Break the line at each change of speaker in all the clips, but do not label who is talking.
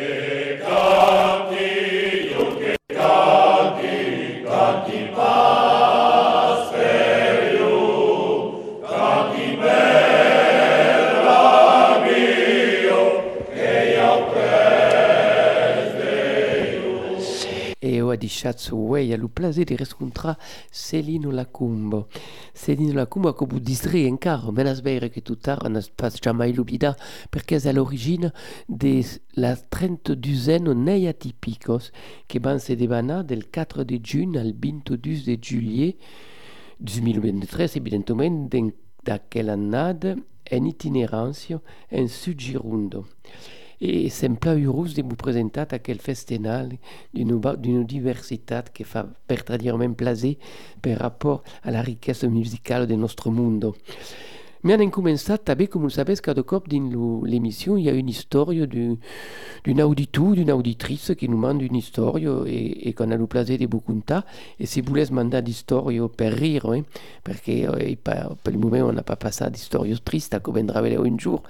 Se canti, io che canti, canti pas per you, canti per l'amico che io
Eo ha dixatzu uei alu plaze de rescontra Celino Lacumbo. Celino Lacumbo a cobu distri en carro, menas beire que tout tard n'as pas jamais l'oblida, perché è all'origine de la trenta duzeno nei atipicos che van se debana del 4 de giugno al 22 de juillet 2023, evidentment, den- d'aquella annada en itinerància en Sud-Girundo. E sembla heurós de vous presentar aquel festenal d'une ba- d'une diversitat que fa vertadierament plaser per rapport a la riquesa musicale del nostre mondo. Mi han encomençat també, com ho sabés, cada cop dins lo- l'emissió hi ha una història du- d'un auditor, d'una auditrice que nous manda une història e, e qu'on a el plaser de vous contar. E si volés mandar d'història per rir, eh? perquè eh, per, per el moment on n'a pas passat d'històries tristes, com vendrà bé un jour,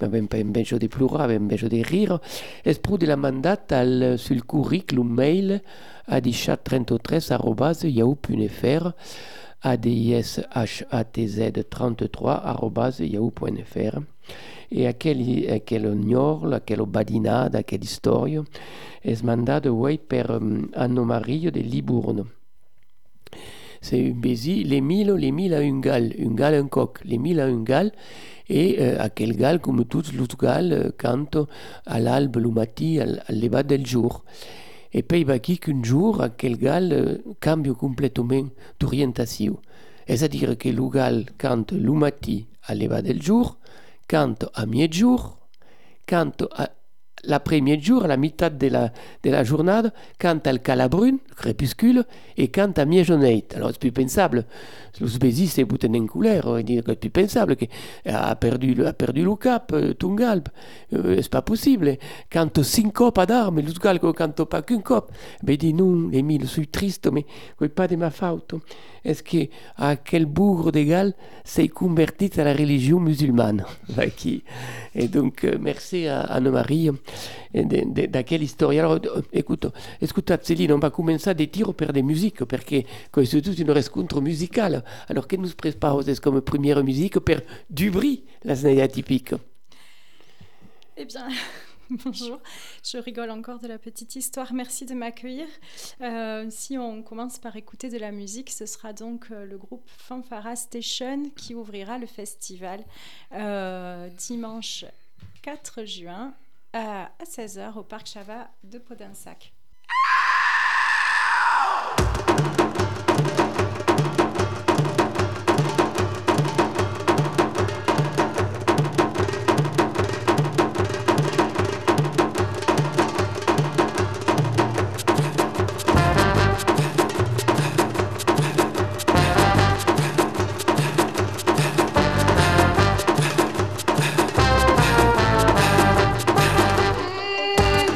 ma ben pas un beso de plorar, ben beso de rir, és prou de la mandat al, sul currículum mail a dixat33 arrobas yahoo.fr adishatz33 arrobas yahoo.fr e aquel, aquel nyorl, aquel badinada, aquel història és mandat uei per um, Anno Mario de Liburno. C'est une bésie, les mille, les mille à une gale, une gale, un coq, les mille à une gale, et euh, à quelle gale, comme toutes les gales, euh, canto à l'albe, le mati, al, al levat del jour. Et puis, va qui qu'un jour, à quelle gale, euh, cambio complètement d'orientation. C'est-à-dire que le gale cante le mati à levat del jour, canto à mi-jour, canto à la premier jour, à la mitad de la, de la journée, quand al calabrune, crépuscule, et quand à miéjonate. Alors c'est plus pensable. Los Bézis, c'est bouten en couleur. C'est plus pensable que a perdu, le- a perdu le cap, euh, Tungalp. Euh, c'est pas possible. Quand cinq copes à d'armes, los galgo, quand pas qu'une cop. Mais dis non, Émile, je suis triste, mais c'est pas de ma faute. Est-ce que à quel bourg de Galles s'est converti à la religion musulmane Voilà qui- Et donc, euh, merci à Anne-Marie et de- de- d'aquelle historia. Alors, euh, écoute, écoute, Céline, on va commencer des tirs per des musiques, parce que c'est tout une rencontre musicale. Alors, que nous préparons comme première musique per Dubry, la semaine atypique
Eh bien, bonjour. Je rigole encore de la petite histoire. Merci de m'accueillir. Euh, si on commence par écouter de la musique, ce sera donc euh, le groupe Fanfara Station qui ouvrira le festival euh, dimanche 4 juin à 16h au Parc Chava de Podensac.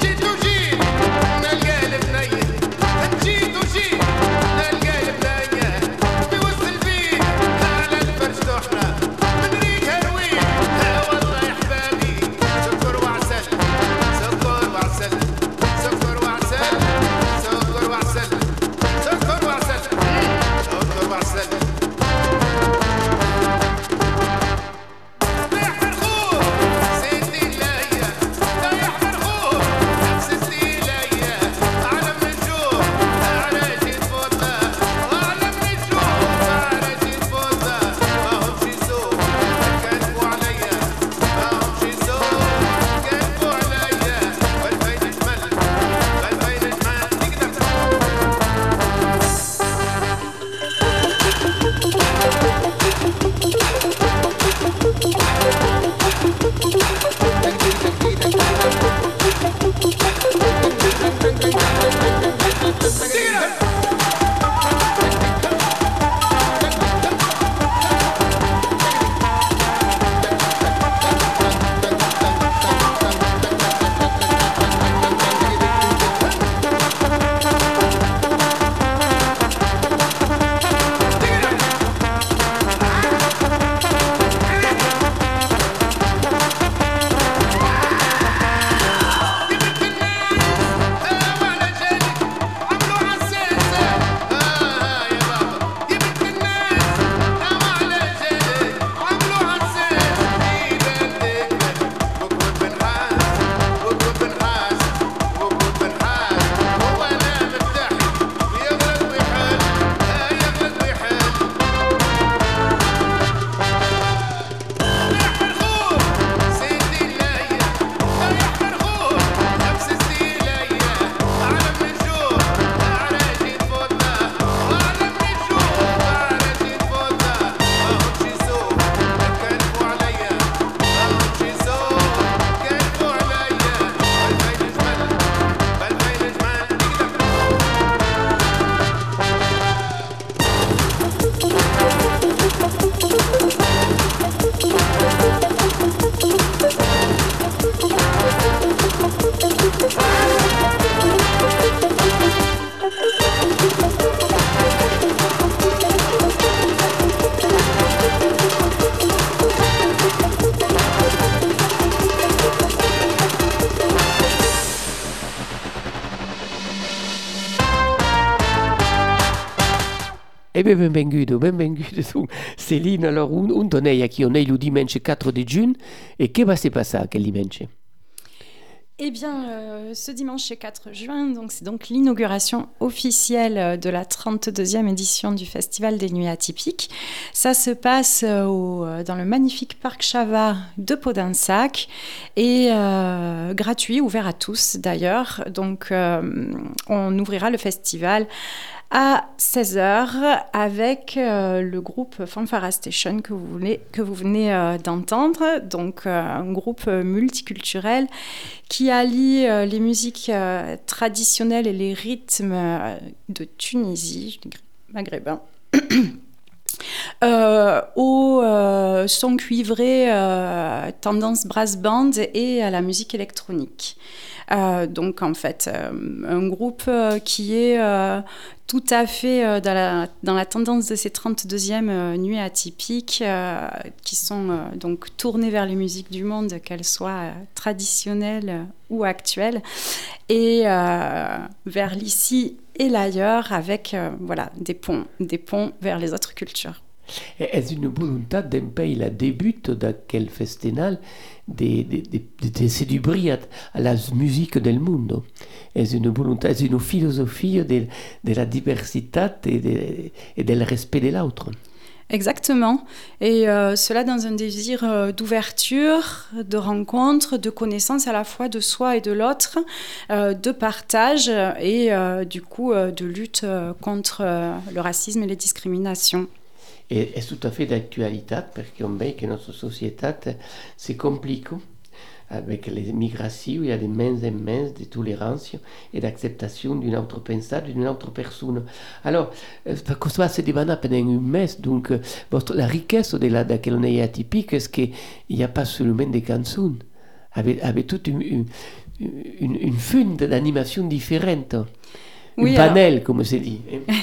G2G, on est
E ben benvengudo, benvengudo su Céline. Alors, un, un tonei a qui on est le dimanche 4 de juin. Et que va se passer quel dimanche
Eh bien, euh, ce dimanche 4 juin, donc c'est donc l'inauguration officielle de la 32e édition du Festival des Nuits Atypiques. Ça se passe euh, au- euh, dans le magnifique parc Chava de Podensac et euh, gratuit, ouvert à tous d'ailleurs. Donc, euh, on ouvrira le festival à 16h avec euh, le groupe Fanfara Station que vous, venez- que vous venez euh, d'entendre, donc euh, un groupe euh, multiculturel qui allie euh, les musiques euh, traditionnelles et les rythmes euh, de Tunisie, je dirais, maghrébin. euh, au euh, son cuivré euh, tendance brass band et à la musique électronique. Euh, donc en fait, euh, un groupe euh, qui est euh, tout à fait euh, dans, la, dans la tendance de ces 32e euh, nuits atypiques euh, qui sont euh, donc tournées vers les musiques du monde, qu'elles soient euh, traditionnelles euh, ou actuelles, et euh, vers l'ici et l'ailleurs avec euh, voilà, des ponts, des ponts vers les autres cultures.
Est-ce une volonté d'un pays la débute dans quel festival de, de, de, de, de séduire à la musique del mondo Est-ce une volonté, est une philosophie de, de la diversité et, de, et del respect de l'autre
Exactement. Et euh, cela dans un désir euh, d'ouverture, de rencontre, de connaissance à la fois de soi et de l'autre, euh, de partage et euh, du coup euh, de lutte euh, contre euh, le racisme et les discriminations.
Et est tout à fait d'actualité parce qu'on voit que notre société se complique avec les migrations, il y a des mains immenses de tolérance et d'acceptation d'une autre pensée, d'une autre personne. Alors, euh, que ça se débat pendant une messe, donc euh, votre, la richesse de la, de laquelle on est atypique, est-ce qu'il n'y a pas seulement des chansons, avec, avec toute une, une, une, une fune d'animation différente,
Oui,
une
alors-
panel, comme c'est dit. eh? hein.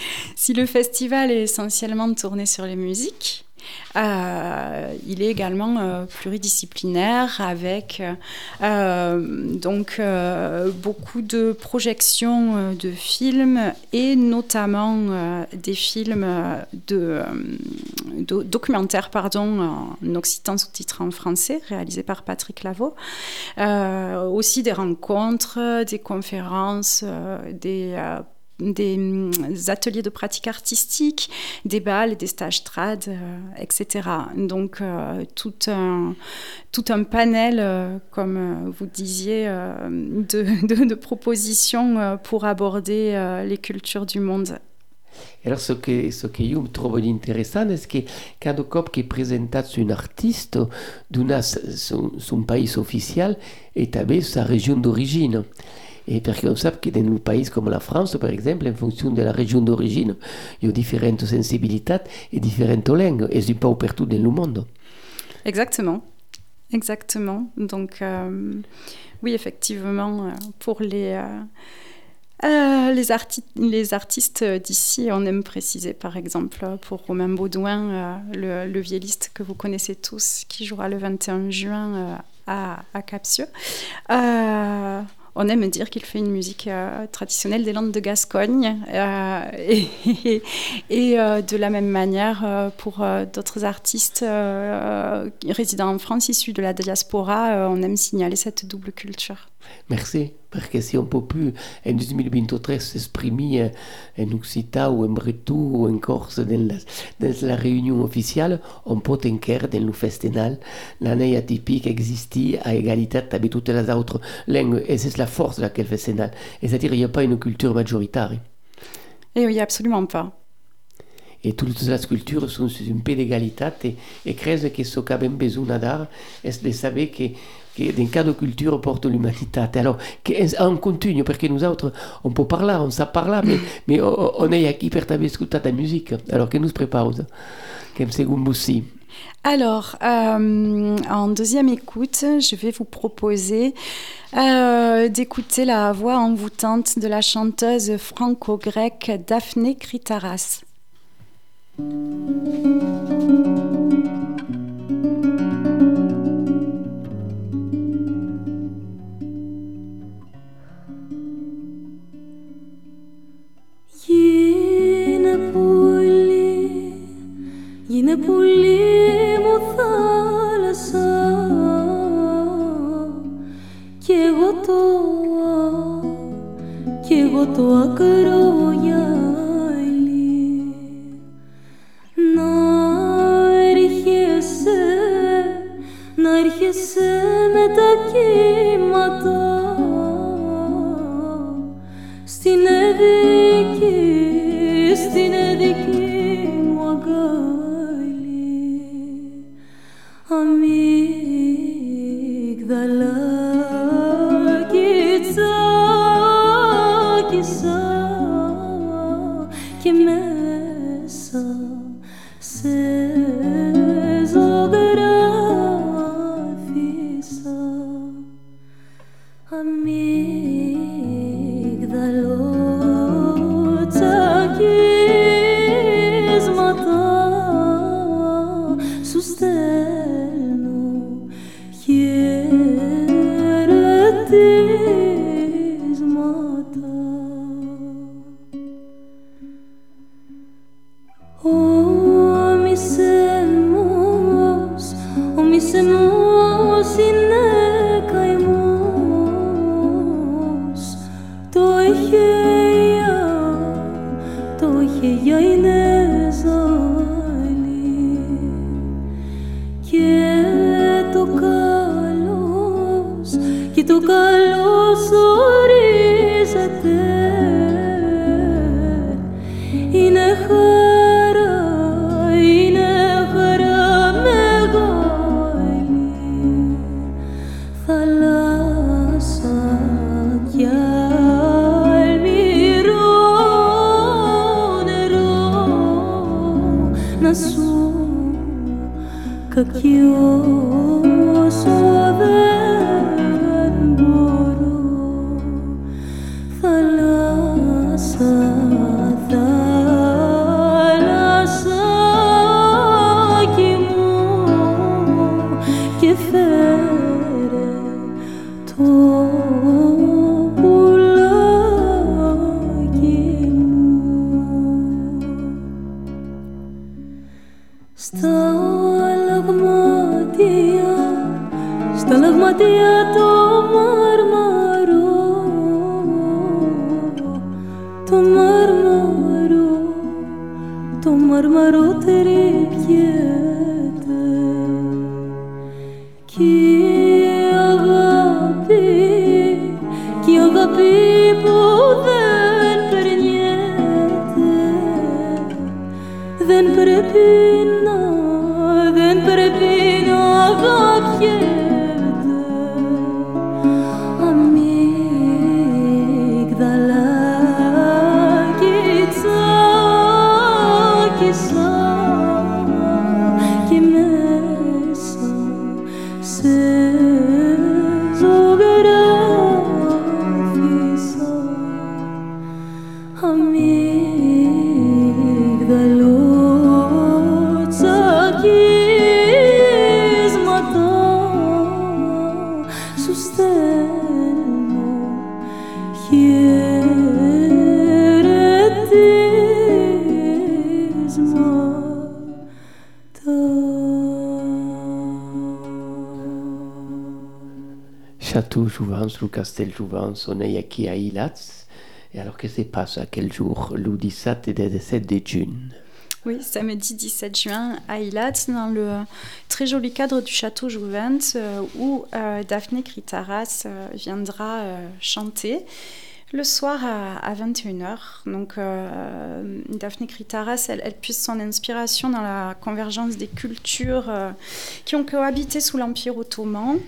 Si le festival est essentiellement tourné sur les musiques, euh, il est également euh, pluridisciplinaire avec euh, euh, donc euh, beaucoup de projections euh, de films et notamment euh, des films euh, de, euh, do- documentaires pardon en occitan sous-titré en français réalisés par Patrick Lavaux, Euh, aussi des rencontres, des conférences, euh, des euh, des hum, ateliers de pratique artistique, des balles, des stages trad, euh, etc. Donc euh, tout, un, tout un panel, euh, comme euh, vous disiez, euh, de, de- de propositions euh, pour aborder euh, les cultures du monde.
E allora so che, so che io trovo interessante è che cada cop che presentasse un artista d'una, su, su un paese ufficiale e anche sa regione d'origine. E perché on sa che in un paese come la Francia, per esempio, in funzione della regione d'origine, io ho differenti sensibilità e differenti lingue, e si può per tutto nel mondo.
Exactement. Exactement. Donc, euh, oui, effectivement, euh, pour les, euh, euh, les, arti- les artistes d'ici, on aime préciser, par exemple, euh, pour Romain Baudouin, euh, le, le violiste que vous connaissez tous, qui jouera le 21 juin euh, à, à Captieux, euh, on aime dire qu'il fait une musique euh, traditionnelle des Landes de Gascogne. euh, et, et euh, de la même manière, euh, pour euh, d'autres artistes euh, résidant en France, issus de la diaspora, euh, on aime signaler cette double culture.
Merci, perché se on peut plus en 2023 s'exprimer euh, en Occitan ou en Bretou ou en Corse dans la, dans la réunion officielle, on peut encore dans le festival. L'année atypique existe à égalité avec toutes les autres langues et c'est la force de laquelle festival. Et C'est-à-dire qu'il n'y a pas une culture majoritaire.
Et oui, absolument pas.
Et toutes les cultures sont sur un peu d'égalité et, et credo que ce qu'a bien besoin d'art est de savoir que, que dans cada culture porte l'humanité. Alors, que, on continue, parce que nous autres, on peut parler, on sait parler, mais, mais on, on est ici pour t'avoir écouté ta musique. Alors, que nous préparons Comme c'est Gumbusi.
Alors, euh, en deuxième écoute, je vais vous proposer euh, d'écouter la voix envoûtante de la chanteuse franco-grecque Daphné Kritaras.
Γίνα πολύ, γίνα πολύ μου θάλασσα κι εγώ το, κι εγώ το ακρογιάλι να έρχεσαι, να έρχεσαι με τα κύματα στην εδική, στην εδική μου αγκάλι. Αμύγδαλα κοιτσάκισα και μέσα σε ζωγράφισα Αμύγδαλο τσακίσματα σου στέλνω χαιρετίσματα. Ο μισεμός, ο μισεμός είναι καημός Το εχέγια, το εχέγια είναι ζάλι Και το καλός, και το καλός ορίζεται είναι χαρά, είναι χαρά μεγάλη Θαλάσσα κι αλμυρό νερό Να σου κακιώσω δεν μπορώ θάλασσα, θάλασσάκι μου και φέρε το πουλάκι μου στα λαγμάτια, στα λαγμάτια το μαρμαρό, το μαρμαρό, το μαρμαρό τρυπιέται κι η αγάπη, κι η αγάπη που δεν περνιέται δεν πρέπει να, δεν πρέπει να αγαπιέται Αμύγδαλα κοιτάξα και μέσα σε ζωγράφισα Αμύγδαλο τσακίσματα σου στέλνω χαιρετίσματα
Château Jouvence, Lucastel Jouvence, on est aquí à Ilats. Et alors, que se passe à quel jour Le 17 et le 17 de juin.
Oui, samedi 17 juin à Ilat, dans le très joli cadre du château Jouvence, euh, où euh, Daphné Kritaras euh, viendra euh, chanter. Le soir à, à 21h, donc euh, Daphné Kritaras, elle, elle puise son inspiration dans la convergence des cultures euh, qui ont cohabité sous l'Empire ottoman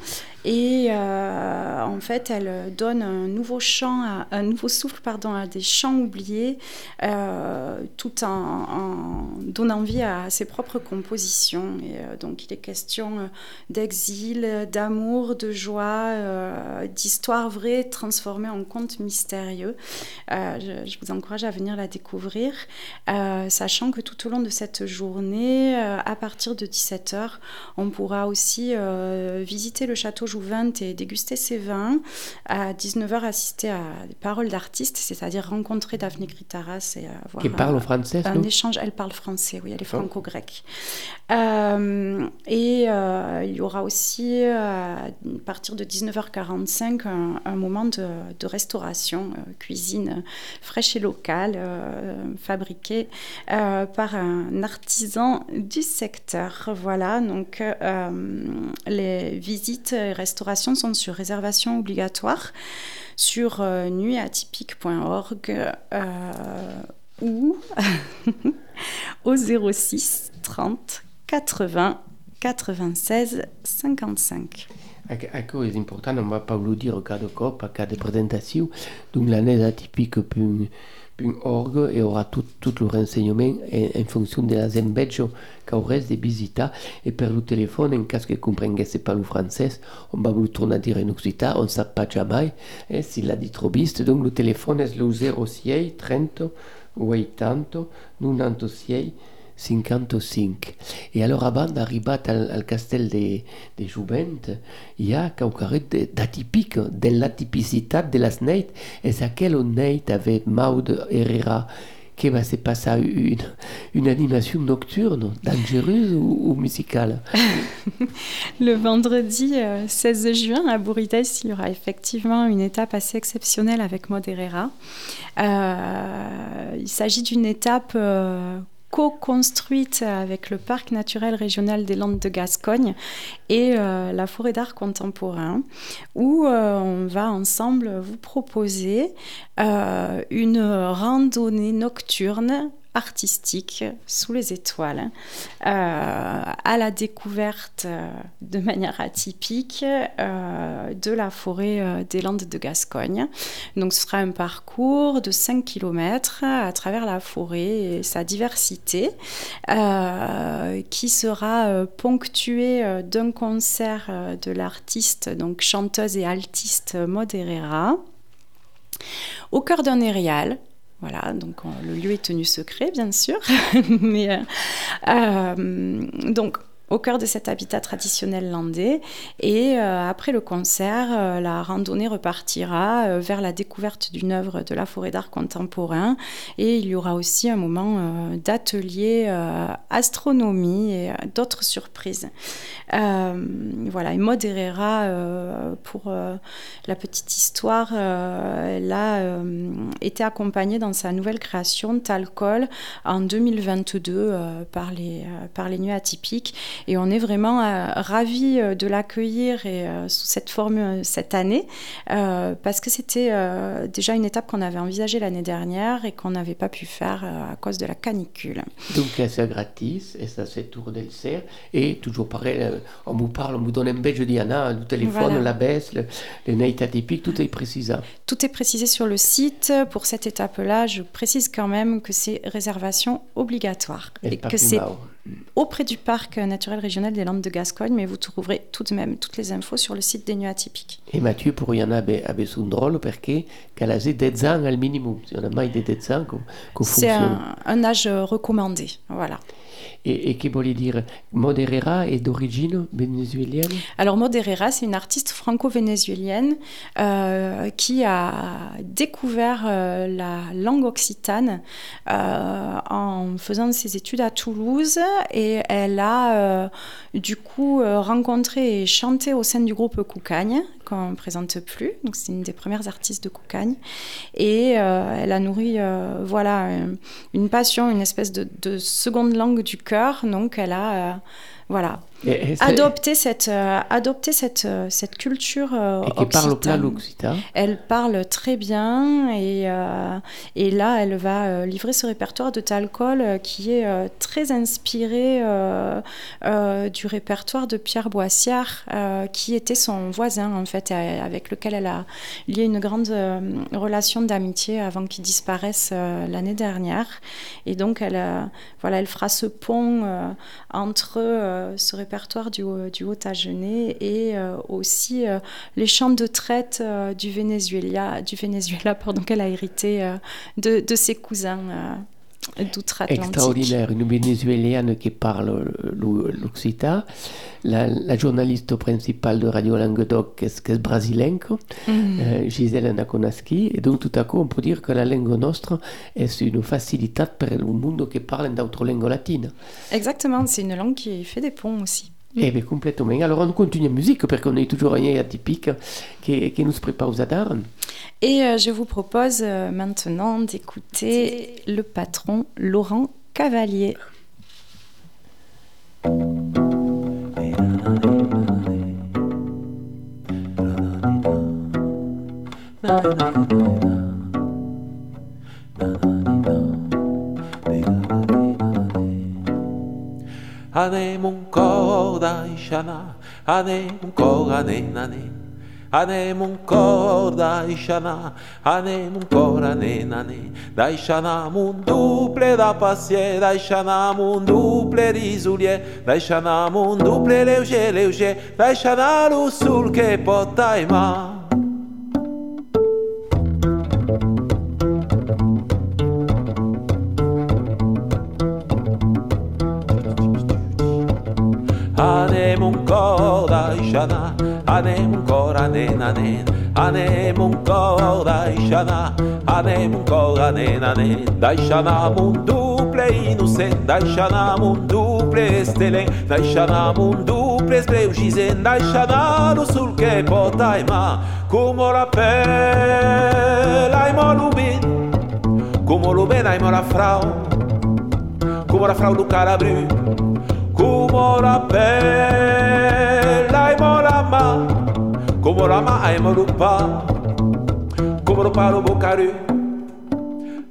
Et euh, en fait, elle donne un nouveau, chant à- un nouveau souffle pardon, à des chants oubliés, euh, tout en, en donnant vie à ses propres compositions. Et euh, donc, il est question euh, d'exil, d'amour, de joie, euh, d'histoire vraie transformée en conte mystérieux. Euh, je, je vous encourage à venir la découvrir, euh, sachant que tout au long de cette journée, euh, à partir de 17h, on pourra aussi euh, visiter le château Jouvinte et déguster ses vins. À 19h, assister à des paroles d'artistes, c'est-à-dire rencontrer Daphné Gritaras et avoir
Qui parle en français,
euh, un
non
échange. Elle parle français, oui, elle est franco-grecque. Euh, et euh, il y aura aussi, euh, à partir de 19h45, un, un moment de, de restauration, euh, cuisine fraîche et locale, euh, fabriquée euh, par un artisan du secteur. Voilà, donc euh, les visites et restaurations sont sur réservation obligatoire sur euh, nuitatypique.org euh, ou au 06 30 80 96 55.
Ac- Ecco, è importante, ma Paolo dire cada coppa, cada presentazione, d'un l'anese atipica più, più org e ora tutto tut il rensegnamento in, in funzione dell'asembeggio che avreste di visita e per il telefono, in caso che comprendesse pas il francese, on va vous tornare a dire in occità, on sa pas jamais, eh, si la di troviste, donc il telefono è lo 06 30 80 96 55. E allora abans arribat al, al castell de, de Juvent, hi ha caucaret de- d'atípic, de la tipicitat de les neit. És aquell on neit avec Maud Herrera que va se passar une, une animation nocturne, dangereuse ou, ou musicale.
Le vendredi euh, 16 juin à Bourides, il y aura effectivement une étape assez exceptionnelle avec Maud Herrera. Euh, il s'agit d'une étape euh, co-construite avec le parc naturel régional des Landes de Gascogne et euh, la forêt d'art contemporain, où euh, on va ensemble vous proposer euh, une randonnée nocturne artistique sous les étoiles euh, à la découverte euh, de manière atypique euh, de la forêt euh, des Landes de Gascogne. Donc ce sera un parcours de 5 km à travers la forêt et sa diversité euh, qui sera euh, ponctué euh, d'un concert euh, de l'artiste, donc chanteuse et altiste Maud Herrera au cœur d'un aérial. Voilà, donc on- le lieu est tenu secret, bien sûr, mais euh, euh, donc au cœur de cet habitat traditionnel landais. Et euh, après le concert, euh, la randonnée repartira euh, vers la découverte d'une œuvre de la forêt d'art contemporain. Et il y aura aussi un moment euh, d'atelier euh, astronomie et euh, d'autres surprises. Euh, voilà, et Maud Herrera, euh, pour euh, la petite histoire, euh, elle a euh, été accompagnée dans sa nouvelle création, Talcol, en 2022 euh, par, les, euh, par les Nuits Atypiques. Et on est vraiment euh, ravis euh, de l'accueillir et, euh, sous cette forme euh, cette année, euh, parce que c'était euh, déjà une étape qu'on avait envisagée l'année dernière et qu'on n'avait pas pu faire euh, à cause de la canicule.
Donc eh, c'est gratis, et ça c'est tour del cerf. Et toujours pareil, euh, on vous parle, on vous donne un badge de Diana, le téléphone,
Voilà.
la baisse, le, le neit atypique, tout est précisé.
Tout est précisé sur le site. Pour cette étape-là, je précise quand même que c'est réservation obligatoire
Et
et
pas
que
plus
c'est
marrant.
auprès du parc naturel régional des Landes de Gascogne, mais vous trouverez tout de même toutes les infos sur le site des Nuits Atypiques.
E Mathieu pour Yana avait, avait son drôle perché qu'elle avait 10 ans al minimum. Si on a mai de 10 ans qu'on qu'on
C'est
fonctionne. E,
un, un âge euh, recommandé, voilà.
Et, et qui voulait dire Moderera est d'origine vénézuélienne
Alors Maud Herrera, c'est une artiste franco-vénézuélienne euh, qui a découvert euh, la langue occitane euh, en faisant ses études à Toulouse et elle a euh, du coup euh, rencontré et chanté au sein du groupe Coucagne que qu'on ne présente plus. Donc, c'est une des premières artistes de Coucagne. Et euh, elle a nourri euh, voilà, un- une passion, une espèce de, de seconde langue du cœur. Donc, elle a euh, voilà,
Et, et c'est-
adopté cette, euh, adopté cette, euh, cette culture euh,
et qui E parle au plat
occitane.
l'occitan.
Elle parle très bien et, euh, et là, elle va euh, livrer ce répertoire de Talcol euh, qui est euh, très inspiré euh, euh, du répertoire de Pierre Boissière, euh, qui était son voisin en fait, euh, avec lequel elle a lié une grande euh, relation d'amitié avant qu'il disparaisse euh, l'année dernière. Et donc, elle, euh, voilà, elle fera ce pont euh, entre euh, ce répertoire du, Haut- du Haut-Agenais et euh, aussi euh, les chants de traite euh, du Venezuela, du Venezuela pardon, qu'elle a hérité euh, de, de ses cousins euh, d'outre-Atlantique.
Extraordinaire, une vénézuélienne qui parle l'o- l'occitan. La, la journaliste principale de Radio Languedoc, qui est, qui est brasilenco,
Mhm.
euh, Gisèle Nakonaski. Et donc, tout à coup, on peut dire que la langue nostra est une facilité pour le monde qui parle d'autres langues latines.
Exactement, c'est une langue qui fait des ponts aussi.
Eh bien, complètement. Alors, on continue la musique, parce qu'on est toujours un atypique qui, qui nous prépare aux adars.
Et euh, je vous propose euh, maintenant d'écouter le patron Laurent Cavalier.
Anem un cor d'Aixana, anem un cor, anem, anem. Anem un cor d'Aixana, anem un cor, anem, anem. D'Aixana amb un duple de pacier, d'Aixana amb un duple d'isolier, d'Aixana amb un duple lleuger, lleuger, d'Aixana l'ussul que pot aimar. Anem un cor d'aixada, anem un cor, anem, anem. Anem un cor d'aixada, anem un cor, anem, anem. D'aixada amb un duple innocent, d'aixada amb un duple estelent, d'aixada amb un duple esbreugisent, d'aixada l'ussul que pot aimar, com la pell, aimar l'humit, com l'humit, aimar la frau, como la frau do carabru, como la pela e mola ma, como la ma e molupa, como lo palo bocaru.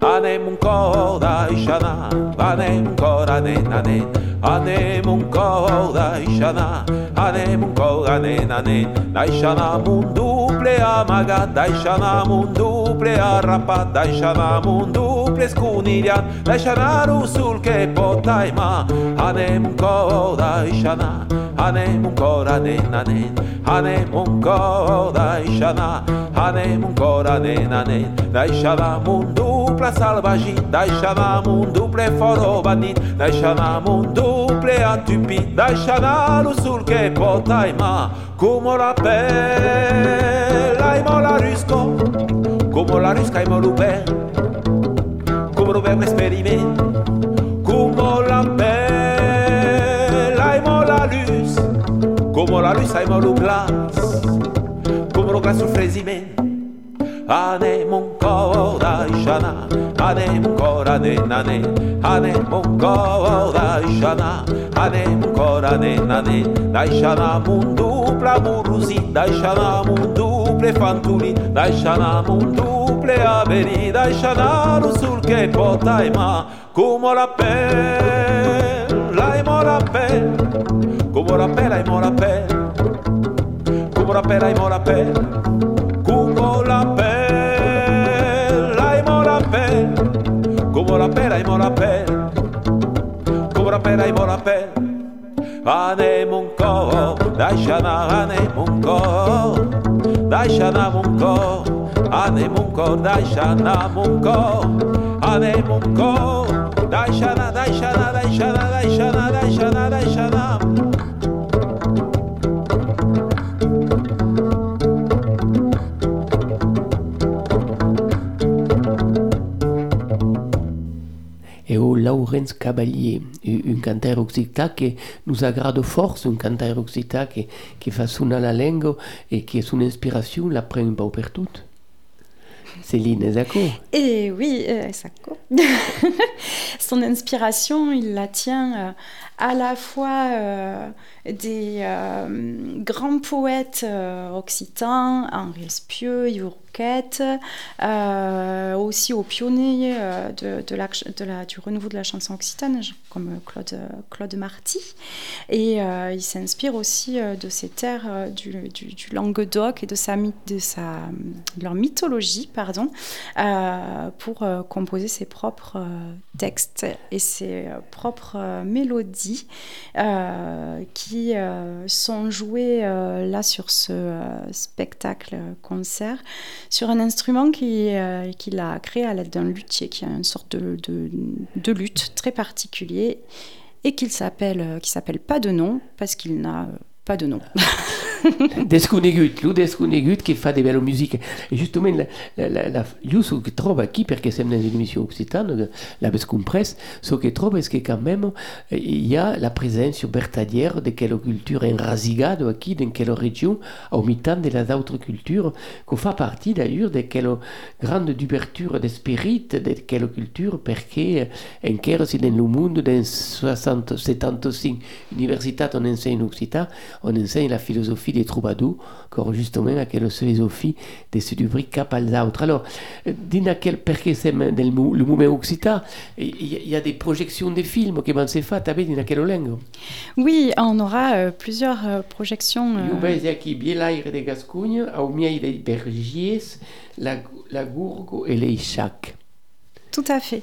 Anem un cor d'aixana, anem un cor, anem, anem. Anem un cor d'aixana, anem un cor, anem, anem. D'aixana amb un duple amagat, d'aixana amb un duple arrapat, d'aixana amb un duple esconillat, d'aixana l'ussul que pot aimar. Anem un cor d'aixana, anem un cor, anem, anem. Anem un cor d'aixana, anem un cor, anem, anem. D'aixana amb un duple duple salvagi, d'aixana amb un duple foro bandit, d'aixana amb un duple atupit, d'aixana l'ussul que pot aimar, com la pell, aimar la rusco, com la rusca aimar l'obert, com l'obert l'experiment, com la pell, aimar la luz, com la luz aimar lo glaç, com lo glaç sul fresiment, Anem un cor d'aixana, anem un cor, anem, anem. Anem un cor d'aixana, anem un cor, anem, anem. D'aixana amb un duple burrosit, d'aixana amb un duple fantulit, d'aixana amb un duple averit, d'aixana l'ussul que pot aimar, com la pell, aimar la pell, com la pell, aimar la pell, com la pell, aimar la pell. Como la pela y mola pel, como la pela y mola pel, como la pela y mola pel. Anem un cor, d'aixana, anem un cor, d'aixana amb un cor, anem un cor, d'aixana amb un cor, anem un cor, d'aixana, d'aixana, d'aixana, d'aixana, d'aixana, d'aixana.
Et où Laurence Cavalier, un cantaire occitan que nous agrade force, un cantaire occitan que, que façonna la lengua et qui est une inspiration, la prend un peu partout. Céline, est d'accord
Et oui, euh, Sacco. Son inspiration, il la tient euh, à la fois euh, des euh, grands poètes euh, occitans, Henri Espieux, Yves Rouquette, euh, aussi aux pionniers euh, de, de la ch- de la- du renouveau de la chanson occitane, je- comme Claude, Claude Marty. Et euh, il s'inspire aussi euh, de ces terres euh, du, du- du Languedoc et de, sa, myth- de, sa, de leur mythologie, pardon, euh, pour euh, composer ses propres euh, textes et ses euh, propres euh, mélodies euh, qui euh, sont jouées euh, là sur ce euh, spectacle-concert sur un instrument qui, euh, qu'il a créé à l'aide d'un luthier, qui a une sorte de, de, de luth très particulier et qu'il s'appelle, euh, qui s'appelle pas de nom parce qu'il n'a euh, pas de nom.
Desconegut, Lou Desconegut qui fait des belles musiques. Et justement, la, la, la, la, io so che trovo qui, perché siamo dans une émission occitane, l'avez compresse, ce que trouve est que quand même, eh, il y a la présence sur Bertadière de quelle culture enrasigada qui, dans quelle région, au mitan de la d'autres cultures, qui fait partie d'ailleurs de quelle grande ouverture d'esprit, de quelle culture, perché en quelle si dans le monde, dans 60, 75 universités, on enseigne l'occitan, on enseigne la philosophie des troubadours, car justement à quelle philosophie de se dubric cap als autres. Alors, euh, dis à quel perché c'est le mouvement occitan, il y a- il y a des projections des films qui vont se faire, t'as vu, dis à quelle langue
Oui, on aura euh, plusieurs euh, projections. euh,
Io vedo qui Bielaire de Gascogne, au miei dei Bergiers, la, la Gourgo et les Isaac.
Tout à fait.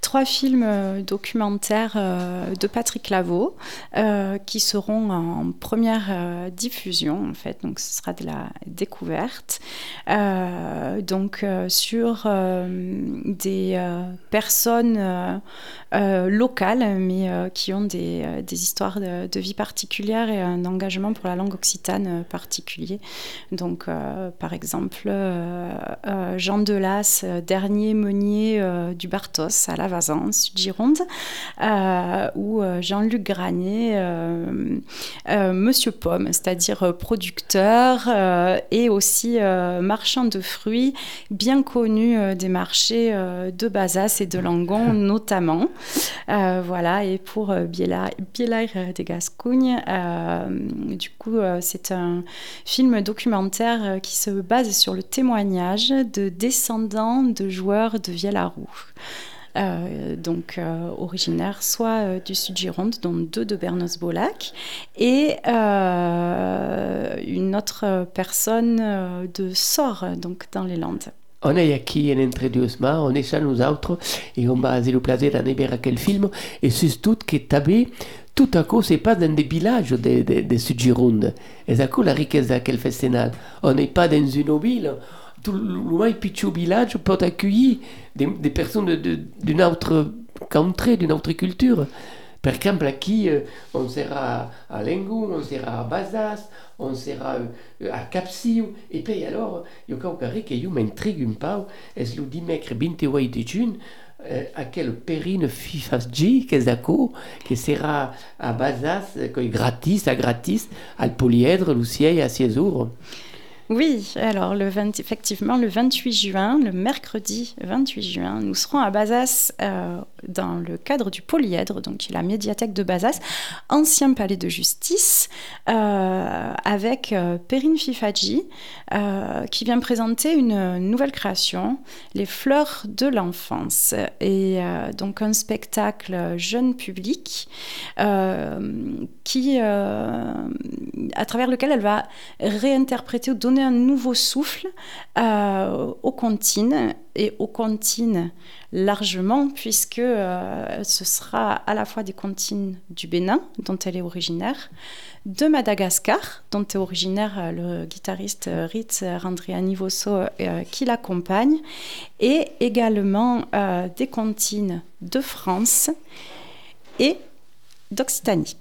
Trois films euh, documentaires euh, de Patrick Lavaux euh, qui seront en première euh, diffusion en fait, donc ce sera de la découverte, Euh, donc euh, sur euh, des euh, personnes euh, euh, locales mais euh, qui ont des, euh, des histoires de, de vie particulières et un engagement pour la langue occitane euh, particulier. Donc, euh, par exemple, euh, euh, Jean Delas, euh, dernier meunier euh, du Bartos à la Vazan, Sud-Gironde, euh, ou euh, Jean-Luc Granier, euh, euh, Monsieur Pomme, c'est-à-dire euh, producteur euh, et aussi euh, marchand de fruits, bien connu euh, des marchés euh, de Bazas et de Langon notamment. Euh, voilà, et pour euh, Biela- Bielaire des Gascognes, euh, du coup, euh, c'est un film documentaire euh, qui se base sur le témoignage de descendants de joueurs de Vialaroux. Euh, donc euh, originaires soit euh, du sud Gironde, dont deux de Bernos-Bolac, et euh, une autre personne euh, de Sort, donc dans les Landes.
On est aquí en entre deux mains, on est chez nous autres, et on va avoir le plaisir d'aller voir quel film, et surtout que t'avais, tout à coup, c'est pas dans des villages de, de, de Sud-Gironde, et à coup, la richesse de quel festival, on n'est pas dans une ville, tout le moins petit village peut accueillir des, des personnes de- de- d'une autre country, d'une autre culture. Par exemple, aquí, euh, on sera à Lengou, on sera à Bazas, on sera euh, à Capsiu, et puis alors, je crois que que je m'intrigue un peu, est le dimanche 28 de juin, euh, à quel périne FIFASG, qu'est-ce qui sera à Bazas, euh, que gratis, à gratis, al Polièdre, Lucier, à César.
Oui, alors le 20 effectivement, le 28 juin, le mercredi 28 juin, nous serons à Bazas euh, dans le cadre du Polyèdre, donc qui est la médiathèque de Bazas, ancien palais de justice, euh, avec euh, Perrine Fifadji, euh, qui vient présenter une nouvelle création, Les fleurs de l'enfance, et euh, donc un spectacle jeune public euh, qui, euh, à travers lequel elle va réinterpréter ou donner un nouveau souffle euh, aux comptines et aux comptines largement, puisque euh, ce sera à la fois des comptines du Bénin, dont elle est originaire, de Madagascar, dont est originaire euh, le guitariste euh, Ritz Randriani Vosso euh, qui l'accompagne, et également euh, des comptines de France et d'Occitanie.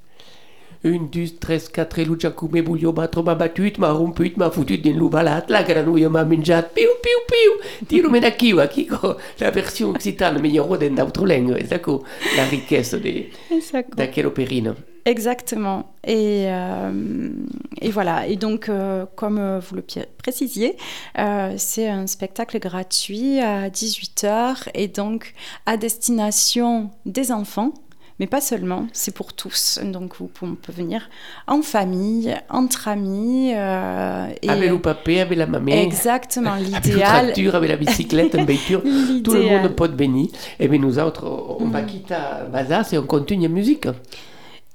Une, deux, tres, quatre, loup, jacoumé, bouillot, m'a trop m'a battute, m'a rompute, m'a foutu d'une loup balade, la granouille m'a minjat, piou, piou, piou, tiro menakiwa, kiko, la versión occitane meilleure d'un d'autres langues, d'accord, la richesse de, d'aquelle opérine.
Exactement. Et, euh, et voilà. Et donc, euh, comme euh, vous le pi- précisiez, euh, c'est un spectacle gratuit à 18h et donc à destination des enfants. Mais pas seulement, c'est pour tous. Donc vous, pou- on peut venir en famille, entre amis. euh, et
Avec le papé, avec la mamie,
exactement,
avec la
l'idéal.
tracture, avec la bicyclette, un baiture, tout le
l'idéal.
monde peut bénir. Et bien nous autres, on va quitter Bazas et on continue la musique.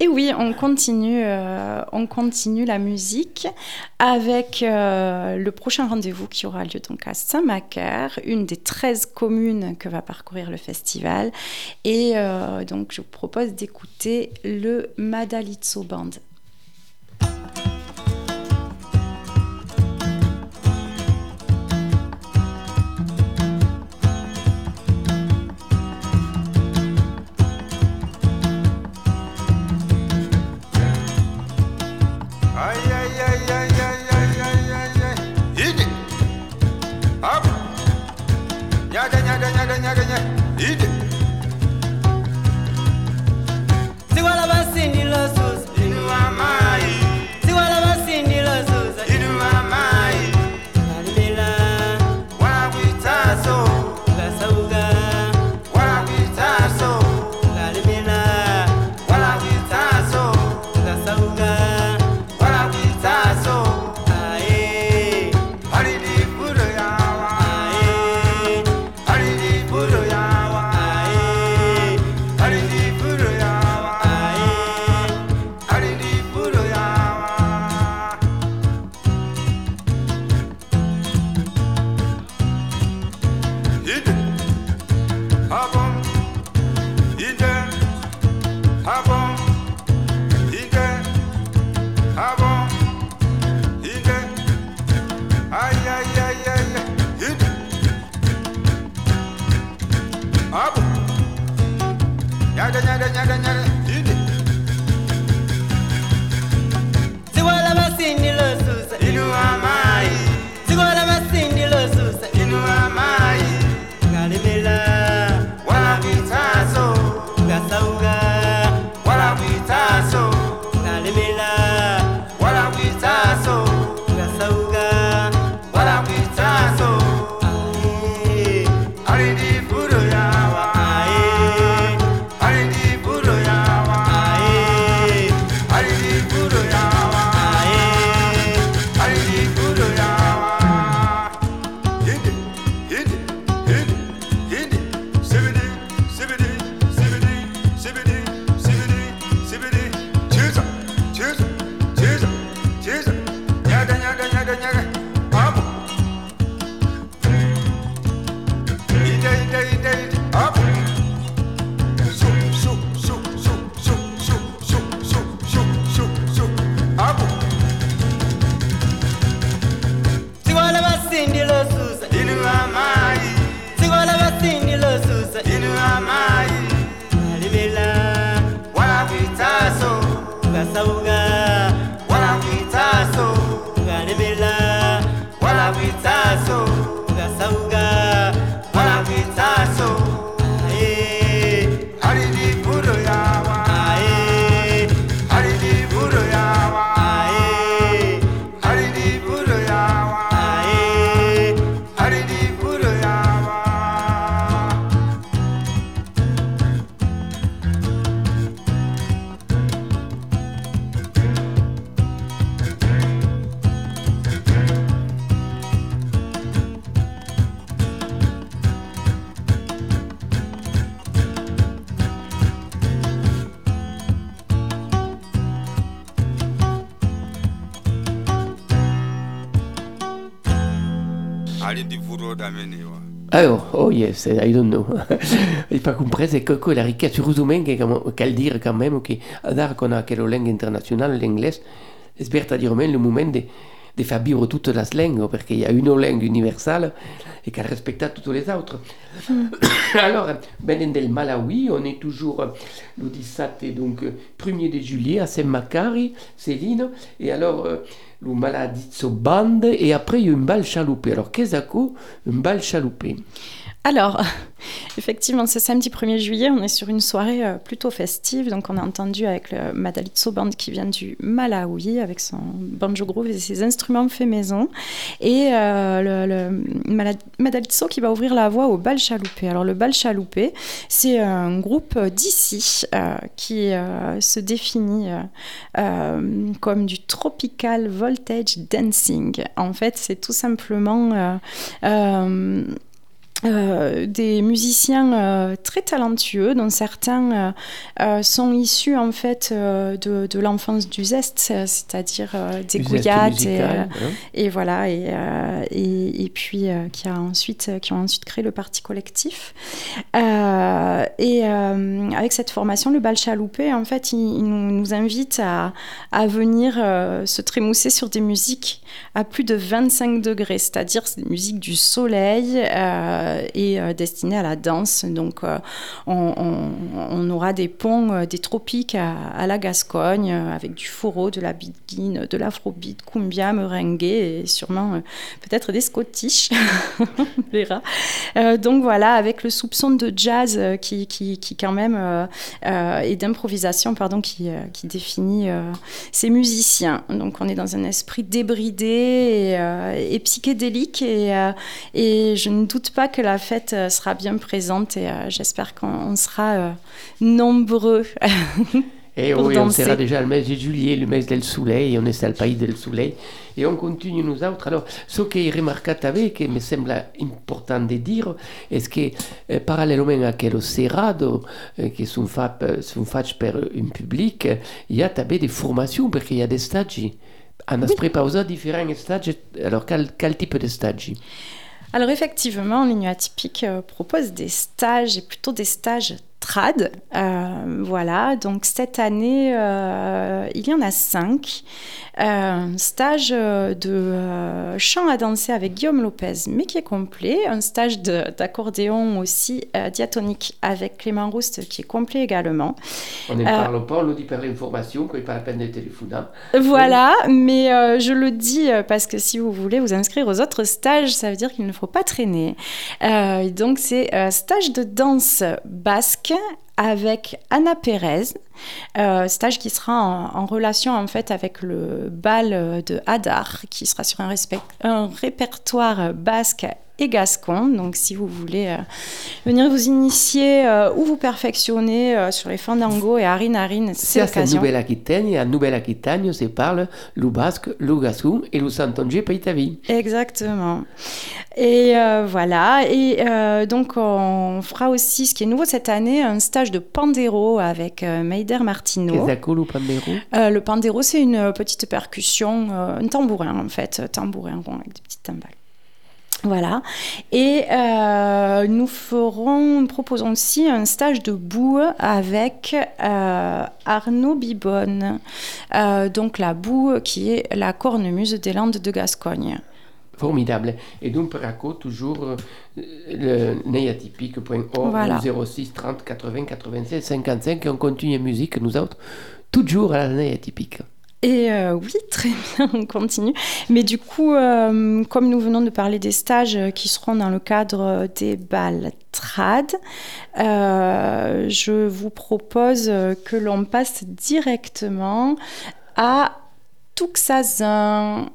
Et oui, on continue, euh, on continue la musique avec euh, le prochain rendez-vous qui aura lieu donc à Saint-Macaire, une des 13 communes que va parcourir le festival. Et euh, donc, je vous propose d'écouter le Madalitso Band.
Ay, ay, ay, ay, ay, ay, ay, ay, ay. Ide. Up. Nyada, nyada, nyada, nyada, nyada. Ide.
Siwala basindi losos,
Inu amai,
siwala basindi losos,
inu amai.
alibela,
Wabitazo,
gasauga,
wabitazo,
alibela,
wabitazo,
gasauga,
wabitazo.
ae,
Haridi budo yawa,
ae,
haridi budo yawa,
ae,
haridi budo yawa.
ae.
Nyada nyada nyada nyada, hit it.
Siwala basindi losos,
Inu amai,
siwala basindi losos,
inu amai,
alibela,
wala bitazo.
gasauga,
Wala witazo,
alibela,
wala witazo,
gasauga,
wala witazo.
ae,
Aridi budo yawa,
ae.
aridi budo yawa, aridi budo yawa, aridi budo yawa. Hindi, hindi, hindi, hindi. Sibidi, sibidi, sibidi, sibidi, sibidi, sibidi. Chiza, chiza, chiza, chiza. Nyaga, nyaga, nyaga, nyaga. Abu. Ide, ide, ide, ide. Abu. Su, su, su, su, su, su, su, su, su, su, su. Abu.
Siwala basindi losusa,
Inu amai,
siwala basindi losusa,
inu amai.
alibela,
Wala vitazo.
gasauga,
Wala witazo,
alibela,
wala witazo,
gasauga,
wala witazo.
ae,
Haridi budo yawa,
ae,
haridi budo yawa,
ae,
haridi budo yawa,
ae.
haridi budo yawa. Haridi budo damenewa.
Alors, oh yes, I don't know. Il faut comprendre c'est que, que la richesse roumaine qu'elle qu'elle dire quand même que alors qu'on a quelle langue internationale, l'anglais, c'est à dire même le moment de di far vivere tutte le lingue, perché c'è una lingua universale e che rispetta tutte le altre. Allora, venendo ben, del Malawi, on est toujours le 17 et donc 1er de juillet à Saint-Macari, Céline, et alors euh, le maladizzo band, et après il y a une balle chaloupée. Alors, qu'est-ce que c'est une balle chaloupée
Alors, effectivement, ce samedi 1er juillet, on est sur une soirée euh, plutôt festive. Donc, on a entendu avec le Madalitso Band qui vient du Malawi, avec son banjo groove et ses instruments faits maison. Et euh, le, le Mala- Madalitso qui va ouvrir la voie au Bal Chaloupé. Alors, le Bal Chaloupé, c'est un groupe d'ici euh, qui euh, se définit euh, euh, comme du tropical voltage dancing. En fait, c'est tout simplement. euh, euh, euh, des musiciens euh, très talentueux, dont certains euh, euh, sont issus en fait euh, de, de l'enfance du zeste, euh, c'est-à-dire euh, des
Musette
gouillates et, euh,
musicale, hein.
et voilà et, euh, et, et puis euh, qui a ensuite euh, qui ont ensuite créé le parti collectif Euh, et euh, avec cette formation le bal chaloupé en fait il, il nous, nous invite à, à venir euh, se trémousser sur des musiques à plus de 25 degrés c'est-à-dire c'est des musiques du soleil euh, et euh, destinées à la danse donc euh, on, on- on aura des ponts euh, des tropiques à, à la Gascogne euh, avec du fourreau, de la biguine, de l'afrobeat, cumbia, merengue et sûrement euh, peut-être des scottish, on verra. Euh, donc voilà, avec le soupçon de jazz euh, qui, qui, qui quand même euh, euh, et d'improvisation pardon qui, euh, qui définit euh, ces musiciens. Donc on est dans un esprit débridé et, euh, et psychédélique et euh, et je ne doute pas que la fête euh, sera bien présente et euh, j'espère qu'on on sera euh, nombreux.
Et
Pour
Eh oui, on
danser.
sera déjà le mese de juillet, le mese del soleil, on est al país del soleil, et on continue nous autres. Alors, ce qui est remarquable et que me semble important de dire, est que eh, parallèlement à quello serrado, eh, qui sont faits par un public, il y a també des formations, parce qu'il y a des stages. On a préparé différents stages. Alors, quel, quel type de stage
Alors effectivement, l'Union Atypique euh, propose des stages et plutôt des stages trad. Euh, voilà, donc cette année, euh, il y en a cinq. Un stage euh, de euh, chant à danser avec Guillaume Lopez, mais qui est complet. Un stage de- d'accordéon aussi euh, diatonique avec Clément Roust, qui est complet également.
On ne
Euh,
parle pas, on le dit par l'information, qu'il n'est pas la peine de téléphoner.
Voilà, mais euh, je le dis euh, parce que si vous voulez vous inscrire aux autres stages, ça veut dire qu'il ne faut pas traîner. Euh, et donc c'est euh, stage de danse basque avec Anna Pérez, euh, stage qui sera en, en relation en fait avec le bal euh, de Hadar, qui sera sur un, respect- un répertoire euh, basque et gascon. Donc si vous voulez euh, venir vous initier euh, ou vous perfectionner euh, sur les fandangos et harin-harin, c'est
Ça, c'est
l'occasion.
Nouvelle-Aquitaine, et en Nouvelle-Aquitaine, se parle le basque, le gascon et le santonger pays ta vie.
Exactement. Hein. Et euh, voilà. Et euh, donc, on fera aussi, ce qui est nouveau cette année, un stage de pandéro avec euh, Meider Martino.
Quezaco, le pandero.
Euh, le pandéro, c'est une euh, petite percussion, euh, un tambourin en fait, euh, tambourin rond avec des petites timbales. Voilà. Et euh, nous ferons, nous proposons aussi un stage de boue avec euh, Arnaud Bibonne. Euh, donc la boue qui est la cornemuse des Landes de Gascogne.
Formidable. Et donc, Paraco, toujours euh, le neyatypique.org,
Voilà.
06 30 80 96 55, et on continue la musique, nous autres, toujours à la neyatypique.
Et euh, oui, très bien, on continue. Mais du coup, euh, comme nous venons de parler des stages euh, qui seront dans le cadre euh, des balles trad, euh, je vous propose euh, que l'on passe directement à Tuxazin.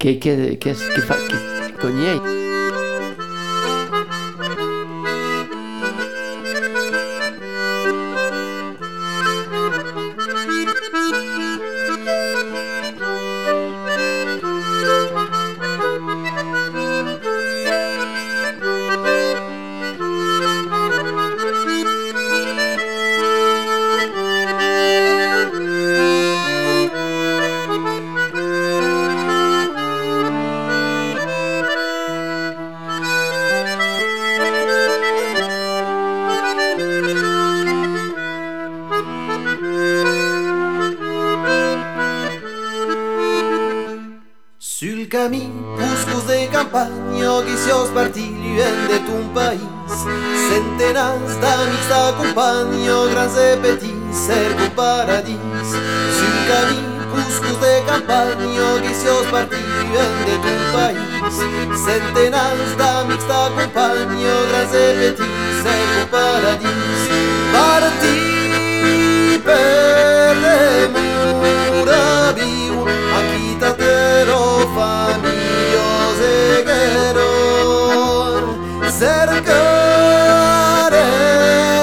Qu'est- qu'est- Qu'est-ce que fa- qu'est-ce qu'on y est
Thank
campagna qui si spartiglien de ton país Centenars d'amics d'acompanyo, grans e petits, cerco un paradís Sur camí puscos de campagna qui si spartiglien de ton país Centenars d'amics d'acompanyo, grans e petits, cerco un paradís Parti per le mura viu, agitatero famiglioso guerrero. Cercare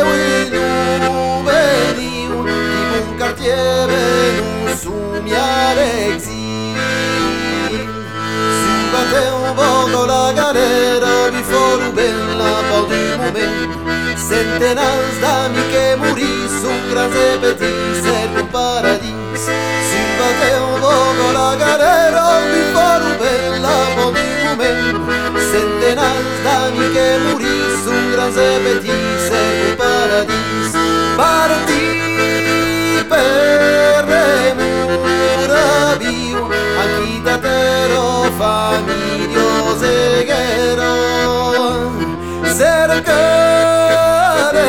un nube diu, di un quartier venus sumiare exil. Suivez au bord de la galère, il faut louper la porte du moment. Centenars d'amis qui mourissent, un grand et petit, c'est le paradis. Suivez au bord de la galère, il faut louper la porte du moment. Centenars d'amis qui mourissent, un grand et petit, c'est le paradis. Parti per le mura viu, agitatero familio zeghero cercare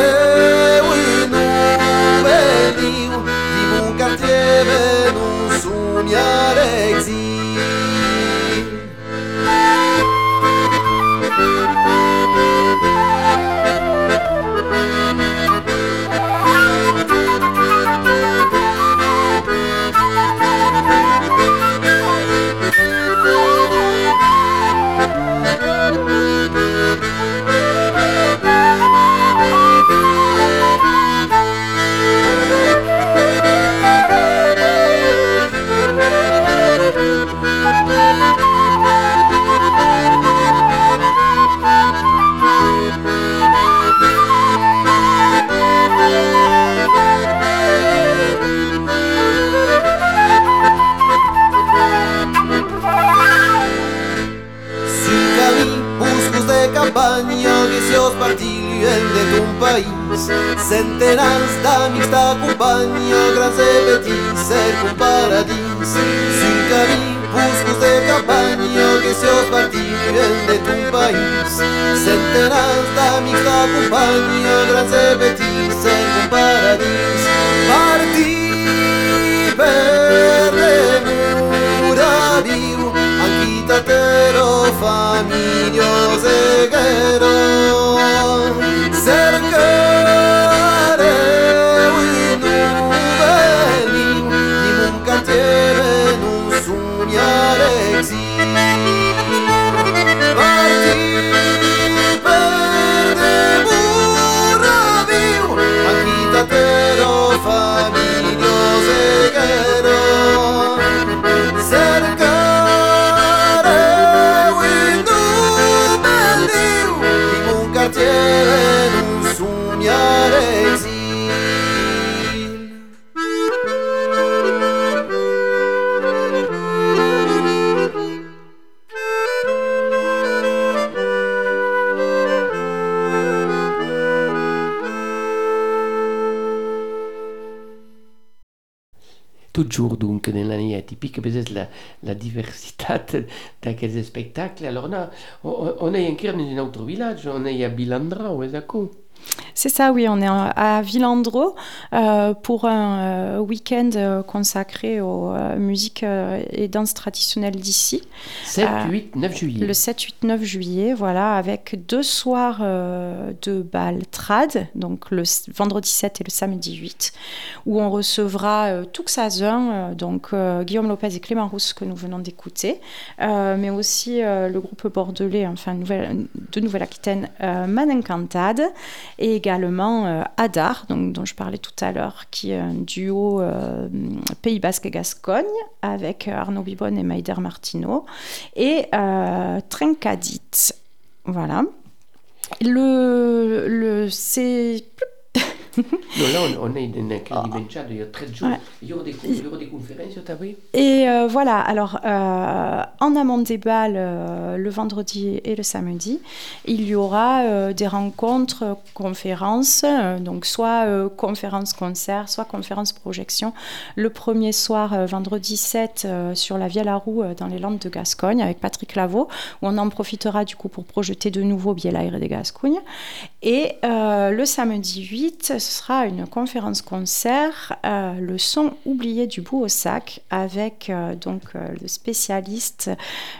un nube viu di un quartier venus somiare exil Sur camí buscos de campanya que si os partillen de ton país Centenars d'amics t'acompanya, grans e petits, cerca un paradís Sur camí buscos de campanya que si os partillen de ton país Centenars d'amics t'acompanya, grans e petits, cerca un paradís Partir per le mura viu, agitatero familio zeghero. Cercare un nuveli di un cantiere non sognare exil. Partir per le mura viu, agitatero familio zeghero. Cercare un nome liu di un quartiere in un sognare exil.
Toujours donc dans l'année atypique, peut-être la, la diversité d'aquests spectacles. Alors là, on, on est encore dans un autre village, on est à Bilandra, au Esaco.
C'est ça, oui, on est en- à Villandro euh, pour un euh, week-end euh, consacré aux euh, musiques euh, et danses traditionnelles d'ici.
7,
Ah.
8, 9 juillet.
Le 7, 8, 9 juillet, voilà, avec deux soirs euh, de bal trad, donc le s- vendredi 7 et le samedi 8, où on recevra euh, Tuxazun, euh, donc euh, Guillaume Lopez et Clément Rousse que nous venons d'écouter, euh, mais aussi euh, le groupe bordelais, enfin nouvelle- de Nouvelle-Aquitaine, euh, Manencantade, et également euh, Adar, donc, dont je parlais tout à l'heure, qui est un duo euh, Pays Basque et Gascogne, avec euh, Arnaud Bibonne et Maïder Martineau et euh, Trincadit. Voilà. Le, le, c'est
Non, là, on, on est dans un climat il y a 13 jours.
Ah. Ouais.
Il, y aura des, il y aura des conférences, t'as vu
Et euh, voilà, alors euh, en amont des balles, euh, le vendredi et le samedi, il y aura euh, des rencontres, euh, conférences, euh, donc soit conférence-concert, soit conférence-projection. Le premier soir, euh, vendredi 7, euh, sur la Via Laroux, euh, dans les Landes de Gascogne, avec Patrick Lavaux, où on en profitera du coup pour projeter de nouveau Bielaire des Gascognes. Et euh, le samedi 8, ce sera une conférence-concert, euh, le son oublié du bout au sac, avec euh, donc euh, le spécialiste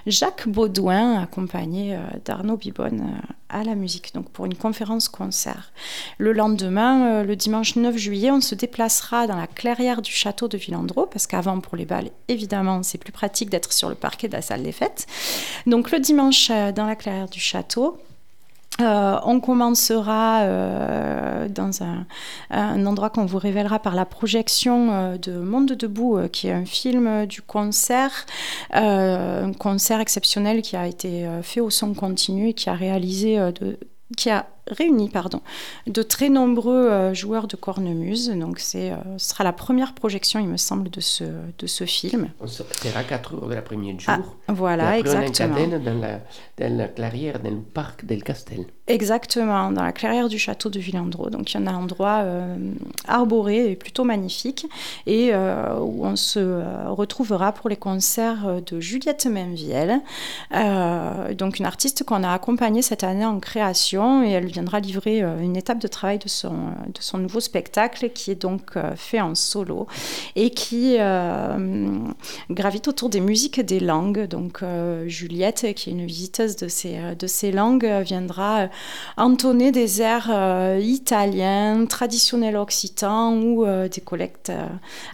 Jacques Baudouin, accompagné euh, d'Arnaud Bibonne euh, à la musique, donc pour une conférence-concert. Le lendemain, euh, le dimanche 9 juillet, on se déplacera dans la clairière du château de Villandreau, parce qu'avant, pour les balles, évidemment, c'est plus pratique d'être sur le parquet de la salle des fêtes. Donc le dimanche, euh, dans la clairière du château, euh, on commencera euh, dans un, un endroit qu'on vous révélera par la projection euh, de Monde debout, euh, qui est un film euh, du concert, euh, un concert exceptionnel qui a été euh, fait au son continu et qui a réalisé euh, de qui a réuni pardon, de très nombreux euh, joueurs de cornemuse. Donc c'est, euh, ce sera la première projection, il me semble, de ce, de ce film.
On sortira à 4 heures de la première jour.
Ah, voilà,
et après,
exactement.
On encadène dans la, dans la clairière, dans le parc del Castel.
Exactement, dans la clairière du château de Villandreau. Donc il y en a un endroit euh, arboré et plutôt magnifique et euh, où on se euh, retrouvera pour les concerts euh, de Juliette Menviel, euh, donc une artiste qu'on a accompagnée cette année en création et elle viendra livrer euh, une étape de travail de son, euh, de son nouveau spectacle qui est donc euh, fait en solo et qui euh, gravite autour des musiques et des langues. Donc euh, Juliette, qui est une visiteuse de ces, euh, de ces langues, euh, viendra euh, entonner des airs euh, italiens, traditionnels occitans ou euh, des collectes euh,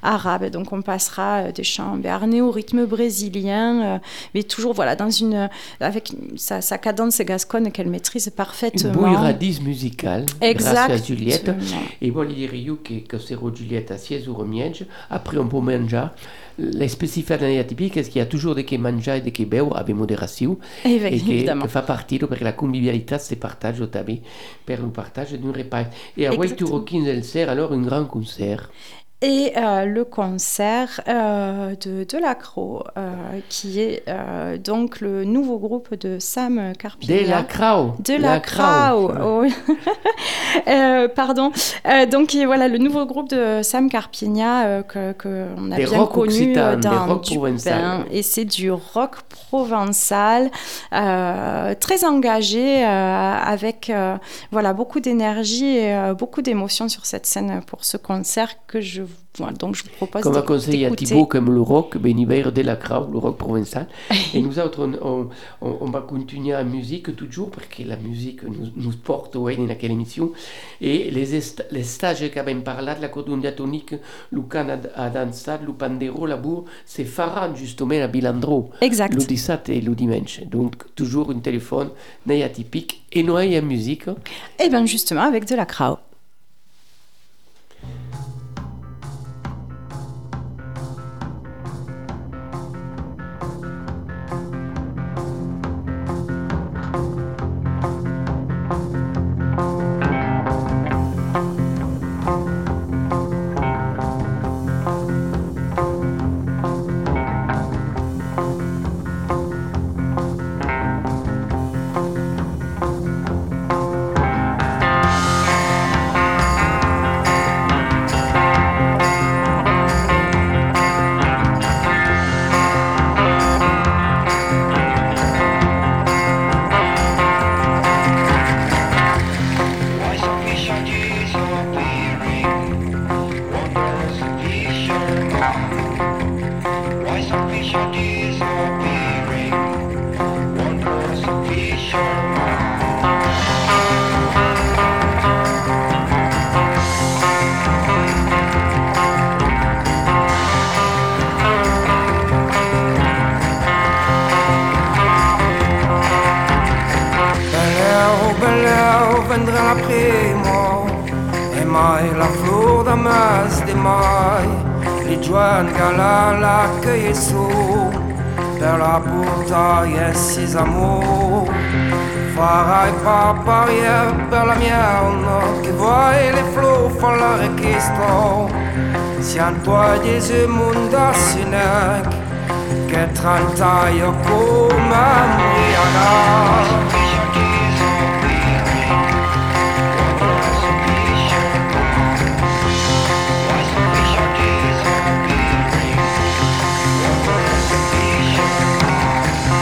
arabes. Donc on passera euh, des chants béarnais au rythme brésilien, euh, mais toujours voilà dans une avec sa, sa cadence gasconne qu'elle maîtrise
Une
parfaitement.
bouillardise musicale, grâce à Juliette.
Exactement.
E voglio dire io che Cassero Giulietta si è su Romiege, apre un po' mangiare. Le specificità della tipica è che ha toujours de che mangiare e de che bere, abbiamo moderazione,
Eh beh,
e che,
evidemment.
che fa partito perché la convivialità si partage, tabi, per il partage di un repas. E a voi
Exactement.
Turochin del Ser, allora un grand concert.
Et euh, le concert euh, de, de l'Acro, euh, qui est euh, donc le nouveau groupe de Sam Carpignan.
De la Crau.
De la, Crau. Oh. Euh, pardon. Euh, donc et voilà le nouveau groupe de Sam Carpigna euh, que qu'on a
Des
bien
rocks
connu euh,
occitanes, des
dans
rocks
du
provençales.
pain. et c'est du rock provençal euh, très engagé euh, avec euh, voilà beaucoup d'énergie et euh, beaucoup d'émotion sur cette scène pour ce concert que je voilà, donc je vous propose
Comme a
d'éc-
conseillé à
d'écouter.
Thibaut, comme le rock, Benibert de la Crau, le rock provençal. Et nous autres, on, on- on- on va continuer la musique toujours, parce que la musique nous, nous porte ouais, dans quelle émission. Et les, est- les stages qu'avons parlé, la cordon diatonique, Lucan à Danzat, le Pandero, la Bourg, c'est Farran justement à Bilandro,
Exact.
le 17 et le dimanche. Donc toujours un téléphone, n'est atypique, et nous, il y a musique.
Et bien Eh ben, justement avec de la Crau.
Belle-Air, Belle-Air, vendra l'après-moi. Et mai, la fleur d'amasse des mailles. Les joies gala l'accueil est sourd. Per la portail et ses amours. farai pa parier per la mia honor che vuoi le flow fallare che sto sian tuoi Gesù mondo sinek che tranta io come mia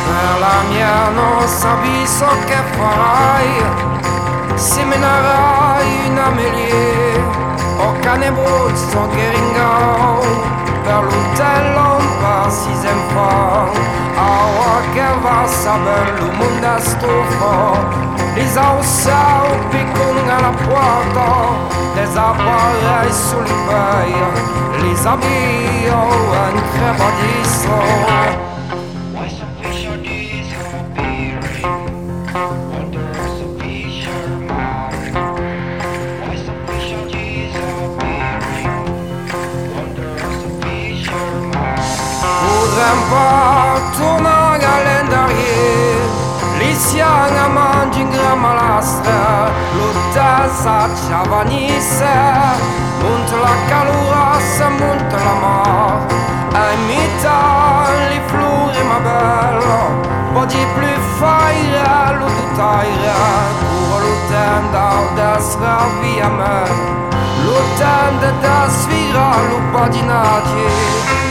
Per la mia non so che farai Seminerai una melie O cane bruzzo che ringau Per l'utello un po' si zenfò Aua che va sa per l'umunda stufo L'esausa un piccone alla porta Desappare sugli bei Les abbio un crepadisso Voudrais pas tourner en galène derrière Les siens à main du grand malastre L'hôtesse à Chavanisse Monte la caloura, ça monte la mort Un mitan, les flots et ma belle Pas dit plus faille, l'eau de taille Pour l'automne d'audace, ravie à main L'automne de ta svira, l'eau pas d'inadier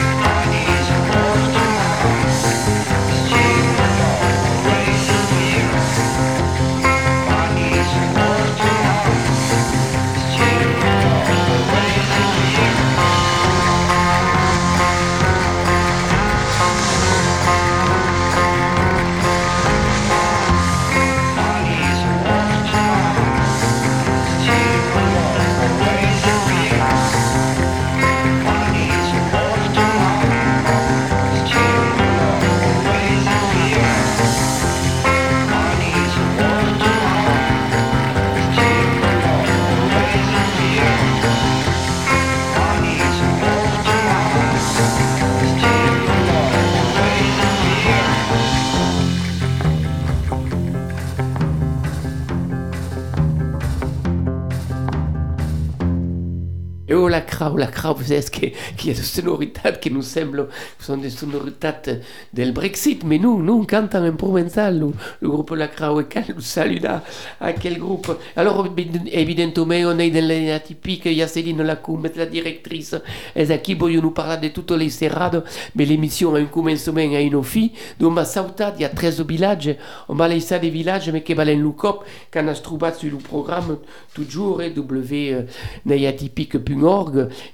E o la crau, la crau, vedeți că, că e o sonoritate care nu semblă, sunt de sonoritate del Brexit, mais nu, nu, cantam în provençal, lu, lu grupul la crau e cal, lu saluda a quel grup. Alors, evident- evidentume, on est dans l'année atypique, il y a Céline Lacombe, la directrice, és aquí, voglio nous parler de tout les serrades, mais l'émission a un commencement, a une fi, donc ma sautat, il y a 13 villages, on va laisser des villages, mais que valen lu cop, qu'on a troubat sur le programme, toujours, hein, euh, et www.nayatypique.org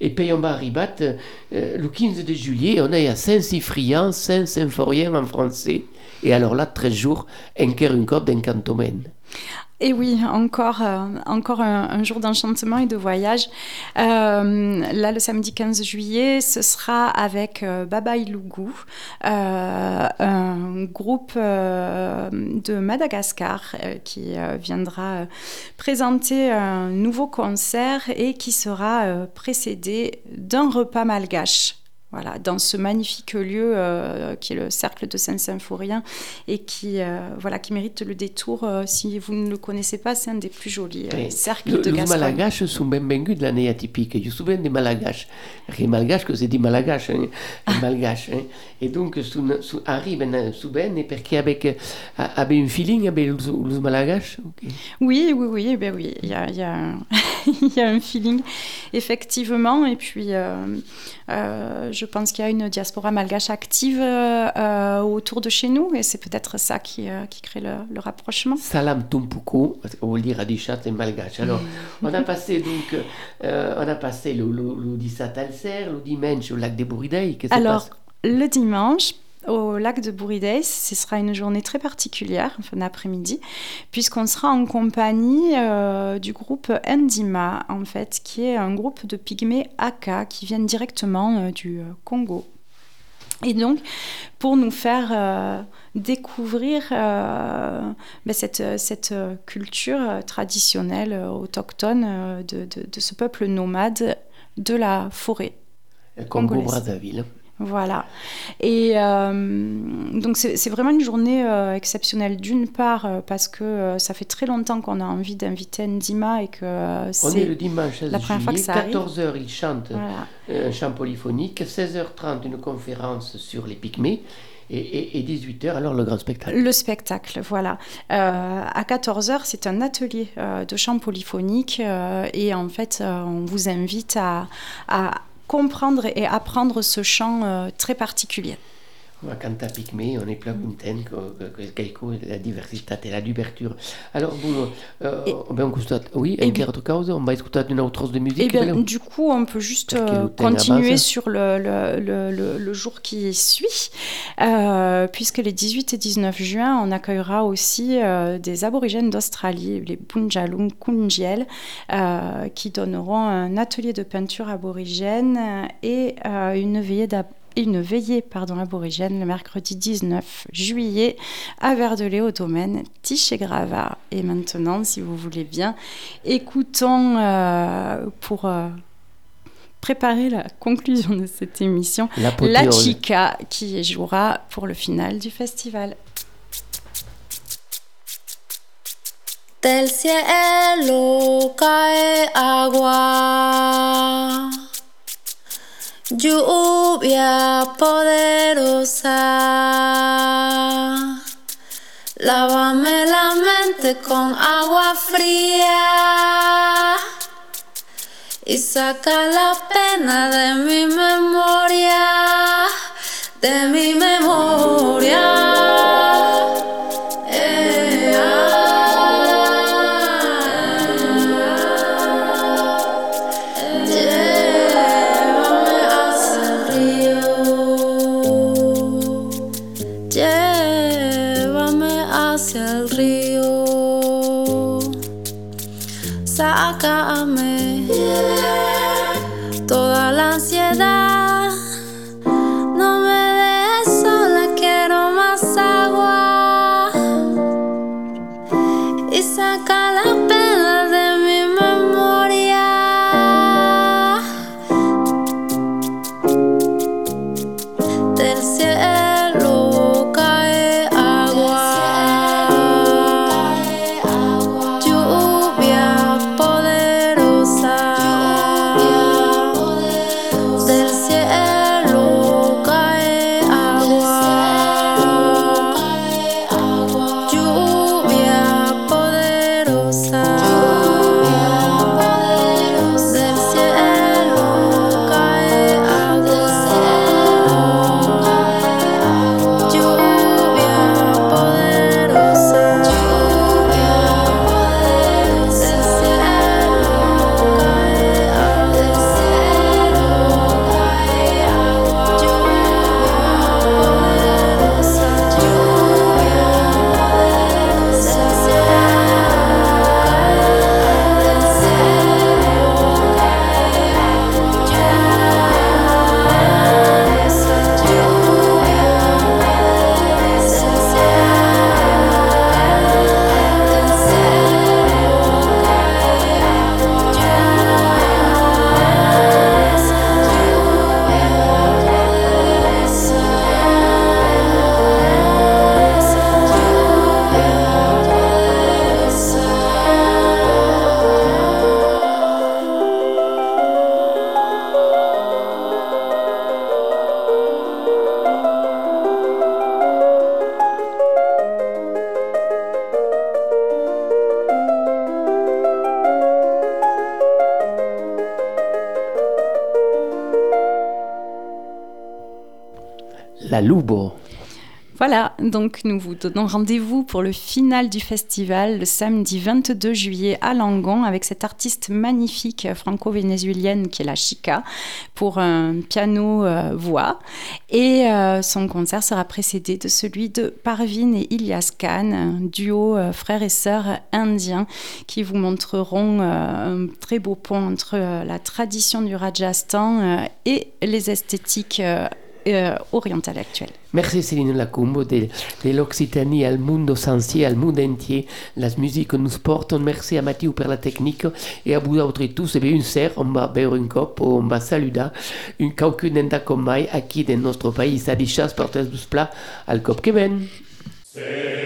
et puis on va arriver euh, le 15 de juillet, on est à Saint-Cyprien, Saint-Symphorien en français, et alors là, 13 jours, un cœur, une cop d'un cantomène.
Et oui, encore, euh, encore un, un jour d'enchantement et de voyage. Euh, là, le samedi 15 juillet, ce sera avec euh, Baba Ilougou, euh, un groupe euh, de Madagascar euh, qui euh, viendra euh, présenter un nouveau concert et qui sera euh, précédé d'un repas malgache. Voilà, dans ce magnifique lieu euh, qui est le cercle de Saint-Symphorien et qui, euh, voilà, qui mérite le détour. euh, si vous ne le connaissez pas, c'est un des plus jolis euh,
Oui.
cercles
Le,
de
les
Gascogne.
malagaches sont bien venus de l'année atypique. Je me souviens des malagaches. Les malgaches, que c'est des malagaches. Hein? Les malgaches hein. Et donc, sous- sous- arrivent euh, soudain, et parce qu'avec euh, avec un feeling avec les, les malagaches. ok.
Oui, oui, oui, eh ben oui, il y a, il y a un- il y a un feeling, effectivement. Et puis, euh, euh, je pense qu'il y a une diaspora malgache active euh, euh, autour de chez nous, et c'est peut-être ça qui, euh, qui crée le, le rapprochement.
Salam Tumpuku, on veut dire Adichat et Malgache. Alors,
Mm.
on a passé donc, euh, on a passé le, le, le 17 Alcer, le dimanche au lac des Bourideilles. Qu'est-ce qui se
Alors,
passe
le dimanche, au lac de Bourides, ce sera une journée très particulière, en fin d'après-midi, puisqu'on sera en compagnie euh, du groupe Ndima, en fait, qui est un groupe de pygmées Aka qui viennent directement euh, du euh, Congo. Et donc, pour nous faire euh, découvrir euh, ben, cette, euh, cette euh, culture euh, traditionnelle euh, autochtone euh, de- de- de ce peuple nomade de la forêt.
Le Congo
Congolais.
Brazzaville.
Voilà. Et euh, donc c'est c'est vraiment une journée euh, exceptionnelle d'une part euh, parce que euh, ça fait très longtemps qu'on a envie d'inviter Ndima et que euh,
On est le
c'est
dimanche 16
la première fois que
juillet,
ça arrive.
14h, il chante euh,
voilà.
un chant polyphonique, 16h30, une conférence sur les Pygmées, et, et- et 18h, alors le grand spectacle.
le spectacle. Voilà. Euh, à 14h, c'est un atelier euh, de chant polyphonique euh, et en fait, euh, on vous invite à, à comprendre et apprendre ce chant euh, très particulier.
On va canta Pygmée, on est plein content que, que, que quelco la diversité, la liberture. Alors, bon, euh,
Et-
ben, on constate, oui,
et
un
bien-
autre cause, on va écouter une autre chose de musique. ben,
Et Eh bien,
voilà.
du coup, on peut juste
Parce qu'il
euh,
nous tient la
continuer
base.
sur le, le- le- le- le jour qui suit, euh, puisque les 18 et 19 juin, on accueillera aussi euh, des aborigènes d'Australie, les Bunjalung Kunjiel, euh, qui donneront un atelier de peinture aborigène et euh, une veillée d'ab- et une veillée pardon, aborigène le mercredi 19 juillet à Verdelais au domaine Tiche et Grava. Et maintenant, si vous voulez bien, écoutons euh, pour euh, préparer la conclusion de cette émission la
L'apothéose.
chica qui jouera pour le final du festival.
Del cielo cae agua, lluvia poderosa. Lávame la mente con agua fría y saca la pena de mi memoria, de mi memoria. Eh, ah, eh, Llévame hacia el río, llévame hacia el río, sácame toda la ansiedad. No me dejes sola, quiero más agua. Y saca la pena de mi memoria. Del cielo cae agua. Lluvia poderosa. Del cielo cae agua. Lluvia poderosa. Del cielo cae agua. Lluvia poderosa. Del cielo cae agua. Del cielo cae agua. Lluvia poderosa. Lluvia poderosa. Del cielo cae. Del cielo cae agua. Lluvia poderosa. Lluvia poderosa. Del cielo cae agua,
La Lubo.
Voilà, donc nous vous donnons rendez-vous pour le final du festival le samedi 22 juillet à Langon avec cette artiste magnifique franco-vénézuélienne qui est la Chica pour un piano-voix. et euh, son concert sera précédé de celui de Parvin et Ilyas Khan, un duo euh, frères et sœurs indiens qui vous montreront euh, un très beau pont entre euh, la tradition du Rajasthan euh, et les esthétiques. euh, euh, orientale actuelle.
Merci Céline Lacumbo, de, de l'Occitanie al mondo sensier, al monde entier. Las musiques nous portent. Merci à Mathieu pour la technique. Et à vous autres tous, eh bien, une serre, on va beure un cop, on va saluda. Un qualcun enda comme mai, acquis de notre pays, à dichas, portes dos plats, al cop que ven.
Say